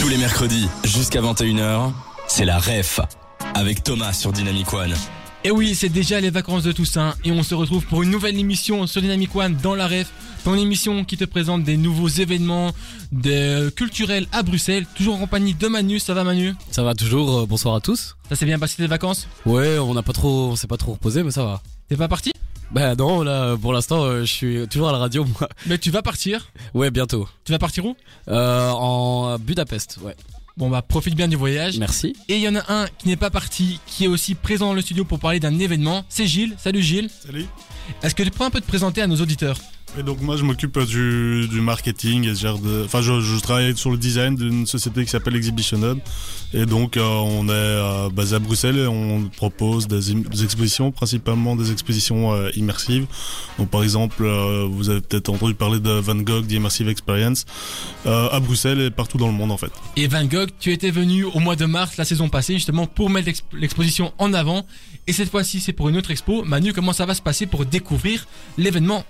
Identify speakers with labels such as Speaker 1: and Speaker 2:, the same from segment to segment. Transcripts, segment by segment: Speaker 1: Tous les mercredis, jusqu'à 21h, c'est la REF, avec Thomas sur Dynamic One.
Speaker 2: Et oui, c'est déjà les vacances de Toussaint et on se retrouve pour une nouvelle émission sur Dynamic One dans la ref. Ton émission qui te présente des nouveaux événements des- euh, culturels à Bruxelles, toujours en compagnie de Manu. Ça va Manu
Speaker 3: Ça va toujours, euh, bonsoir à tous.
Speaker 2: Ça s'est bien passé tes vacances
Speaker 3: Ouais, on n'a pas trop, on s'est pas trop reposé, mais ça va.
Speaker 2: T'es pas parti
Speaker 3: Bah non, là, euh, pour l'instant, euh, je suis toujours à la radio, moi.
Speaker 2: Mais tu vas partir.
Speaker 3: Ouais, bientôt.
Speaker 2: Tu vas partir où
Speaker 3: Euh, en Budapest, ouais.
Speaker 2: Bon bah profite bien du voyage.
Speaker 3: Merci.
Speaker 2: Et il y en a un qui n'est pas parti, qui est aussi présent dans le studio pour parler d'un événement. C'est Gilles. Salut Gilles.
Speaker 4: Salut.
Speaker 2: Est-ce que tu pourrais un peu te présenter à nos auditeurs
Speaker 4: Et donc moi je m'occupe euh, du, du marketing et je gère de- enfin je, je travaille sur le design d'une société qui s'appelle Exhibition Hub et donc euh, on est euh, basé à Bruxelles et on propose des, im- des expositions principalement des expositions euh, immersives donc par exemple euh, vous avez peut-être entendu parler de Van Gogh d'Immersive Experience euh, à Bruxelles et partout dans le monde en fait
Speaker 2: Et Van Gogh, tu étais venu au mois de mars la saison passée justement pour mettre l'exp- l'exposition en avant. Et cette fois-ci, c'est pour une autre expo. Manu, comment ça va se passer pour découvrir l'événement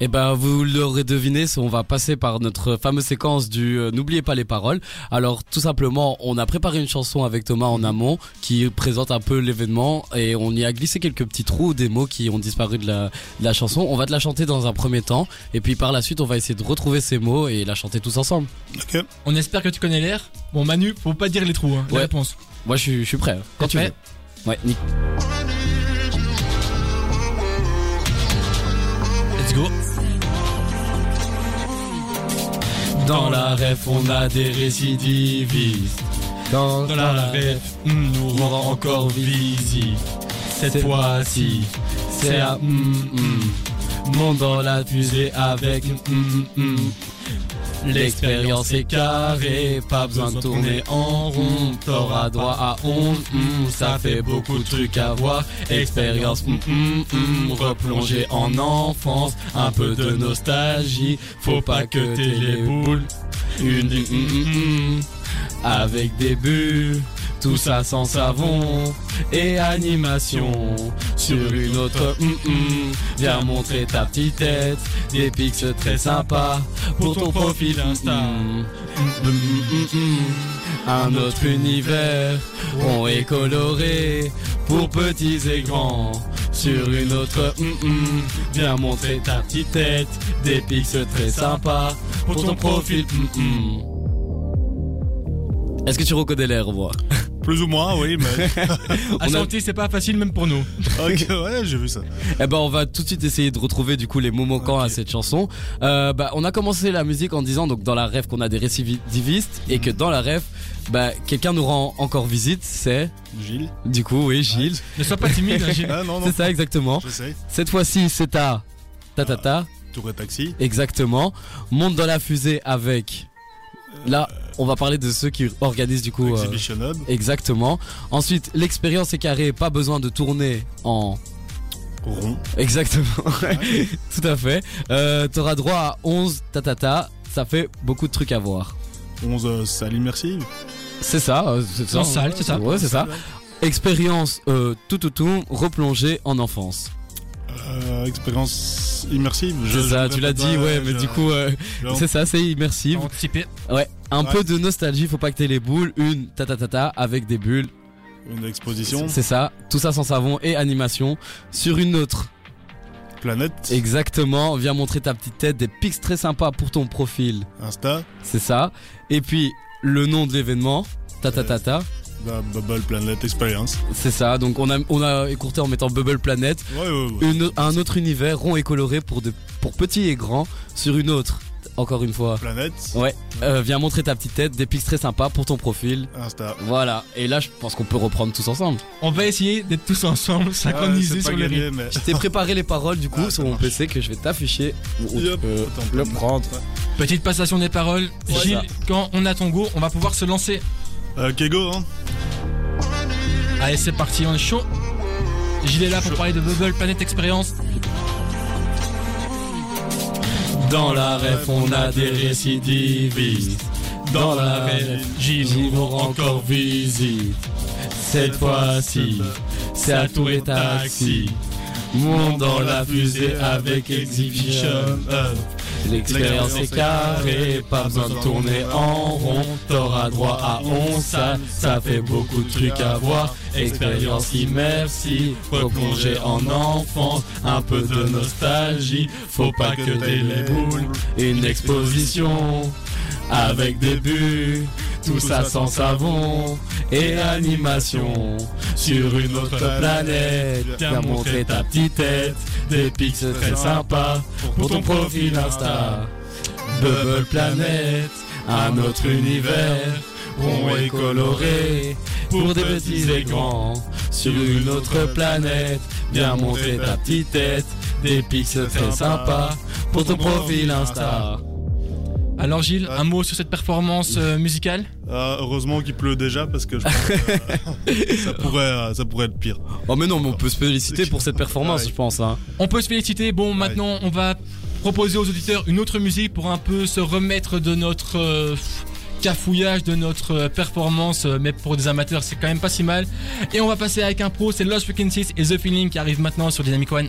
Speaker 3: Et ben, vous l'aurez deviné, c'est- on va passer par notre fameuse séquence du euh, N'oubliez pas les paroles. Alors, tout simplement, on a préparé une chanson avec Thomas en amont qui présente un peu l'événement et on y a glissé quelques petits trous, des mots qui ont disparu de la, de la chanson. On va te la chanter dans un premier temps et puis par la suite, on va essayer de retrouver ces mots et la chanter tous ensemble.
Speaker 4: ok
Speaker 2: On espère que tu connais l'air. Bon, Manu, faut pas dire les trous, hein, les
Speaker 3: Ouais.
Speaker 2: réponses.
Speaker 3: Moi, je suis, je suis prêt. hein, Quand tu
Speaker 2: Parfait.
Speaker 3: veux. Ouais, nickel.
Speaker 2: Let's go.
Speaker 3: Dans la ref, on a des récidivistes. Dans,
Speaker 2: rêve, nous
Speaker 3: rend encore
Speaker 2: visible.
Speaker 3: Cette fois-ci, c'est à mm, Mon dans la fusée avec mm, L'expérience est carrée, pas besoin de tourner en rond. T'auras droit à honte, ça fait beaucoup de trucs à voir. Expérience, hum, hum, hum, replonger en enfance, un peu de nostalgie. Faut pas que t'aies les boules. Une hum, hum, hum, avec des bulles. Tout ça sans savon et animation sur une autre. hum, hum. Viens montrer ta petite tête, des pics très sympas pour ton profil Insta. Mm, mm, mm, mm, mm. Un autre univers, on est coloré pour petits et grands. Sur une autre, mm, mm. viens montrer ta petite tête, des pics très sympas pour ton profil. hum, Est-ce que tu reconnais l'air, moi
Speaker 4: plus ou moins oui mais
Speaker 2: À
Speaker 3: On a-
Speaker 2: santé, c'est pas facile même pour nous.
Speaker 4: ok ouais j'ai vu ça
Speaker 3: Eh ben, on va tout de suite essayer de retrouver du coup les mots manquants à cette chanson. Euh, bah, on a commencé la musique en disant donc dans la rêve qu'on a des récidivistes et que dans la rêve, bah, quelqu'un nous rend encore visite. C'est
Speaker 4: Gilles
Speaker 3: du coup oui Gilles.
Speaker 2: Ne sois pas timide, hein, Gilles.
Speaker 4: ah non non
Speaker 3: C'est ça exactement.
Speaker 4: j'essaie
Speaker 3: Cette fois-ci c'est à ta ta ta
Speaker 4: Tour et taxi
Speaker 3: exactement. Monte dans la fusée avec. euh, Là, on va parler de ceux qui organisent du coup. euh,
Speaker 4: Exhibition Hub
Speaker 3: Exactement. Ensuite, l'expérience est carrée, pas besoin de tourner en
Speaker 4: rond
Speaker 3: Exactement. Tout à fait. Euh, T'auras droit à 11 tatata. Ça fait beaucoup de trucs à voir.
Speaker 4: 11 euh, salles immersives
Speaker 3: C'est ça. euh, C'est ça.
Speaker 2: En salle, c'est ça.
Speaker 3: Ouais, c'est ça. Expérience euh, tout tout tout replongée en enfance.
Speaker 4: Euh, expérience immersive. je-
Speaker 3: C'est
Speaker 4: je
Speaker 3: ça,
Speaker 4: me
Speaker 3: tu l'as
Speaker 4: répète,
Speaker 3: dit, ouais, mais
Speaker 4: je-
Speaker 3: du coup, euh,
Speaker 4: je-
Speaker 3: c'est ça, c'est immersive.
Speaker 2: Anticipé.
Speaker 3: Ouais, un
Speaker 4: Ouais.
Speaker 3: peu de nostalgie, faut pas que t'aies les boules, une tatatata avec des bulles.
Speaker 4: Une exposition,
Speaker 3: C'est ça, tout ça sans savon et animation sur une autre.
Speaker 4: planète,
Speaker 3: Exactement, viens montrer ta petite tête, des pics très sympas pour ton profil.
Speaker 4: Insta,
Speaker 3: C'est ça. Et puis le nom de l'événement, ta ta ta ta,
Speaker 4: la bah, Bubble Planet Experience.
Speaker 3: c'est ça. Donc on a on a écourté en mettant Bubble Planet,
Speaker 4: Ouais, ouais, ouais.
Speaker 3: une, un autre univers rond et coloré pour de pour petits et grands sur une autre. Encore une fois,
Speaker 4: Planète,
Speaker 3: Ouais. Euh, viens montrer ta petite tête, des pics très sympas pour ton profil.
Speaker 4: Insta.
Speaker 3: Voilà. Et là, je pense qu'on peut reprendre tous ensemble.
Speaker 2: On va essayer d'être tous ensemble,
Speaker 4: Ah,
Speaker 2: synchronisés
Speaker 4: c'est pas
Speaker 2: sur le rythme.
Speaker 4: gagné, mais-
Speaker 3: Je t'ai préparé les paroles du coup
Speaker 4: Ah,
Speaker 3: sur
Speaker 4: ça
Speaker 3: mon
Speaker 4: marche.
Speaker 3: PC que je vais t'afficher. Ou- ou tu
Speaker 4: Yep,
Speaker 3: peux
Speaker 4: autant
Speaker 3: le
Speaker 4: pour moi.
Speaker 3: prendre.
Speaker 2: Petite passation des paroles.
Speaker 3: Ouais.
Speaker 2: Gilles,
Speaker 3: Ça.
Speaker 2: quand on a ton go, on va pouvoir se lancer.
Speaker 4: Euh, Kego, hein
Speaker 2: Allez, c'est parti, on est chaud. Gilles est là pour parler de Bubble Planet Experience.
Speaker 3: Dans la ref, on a des récidivistes. Dans la ref, Gilles nous rend encore visite. Cette fois-ci, c'est à tour et taxi. Monte dans la fusée avec Exhibition. euh,
Speaker 4: Hub.
Speaker 3: L'expérience est carrée, pas besoin de tourner en rond. T'auras droit à 11 salles, ça fait beaucoup de trucs à voir. Expérience immersive, replonger en enfance, un peu de nostalgie. Faut pas que t'aies les boules, une exposition avec des buts. Tout ça sans savon et animation sur une autre planète. Viens montrer ta petite tête, des pics très sympas pour ton profil Insta. Bubble Planet, un autre univers rond et coloré pour des petits et grands sur une autre planète. Viens montrer ta petite tête, des pics très sympas pour ton profil Insta.
Speaker 2: Alors Gilles,
Speaker 4: Ouais.
Speaker 2: un mot sur cette performance euh, musicale
Speaker 4: Ah, heureusement qu'il pleut déjà parce que je pense que, euh, ça, pourrait, euh, ça pourrait être pire.
Speaker 3: Oh mais non, mais on peut se féliciter pour cette performance, je pense. Hein.
Speaker 2: On peut se féliciter. Bon, maintenant, on va proposer aux auditeurs une autre musique pour un peu se remettre de notre euh, cafouillage, de notre euh, performance. euh, Mais pour des amateurs, c'est quand même pas si mal. Et on va passer avec un pro, c'est Lost Frequencies et The Feeling qui arrive maintenant sur Dynamic One.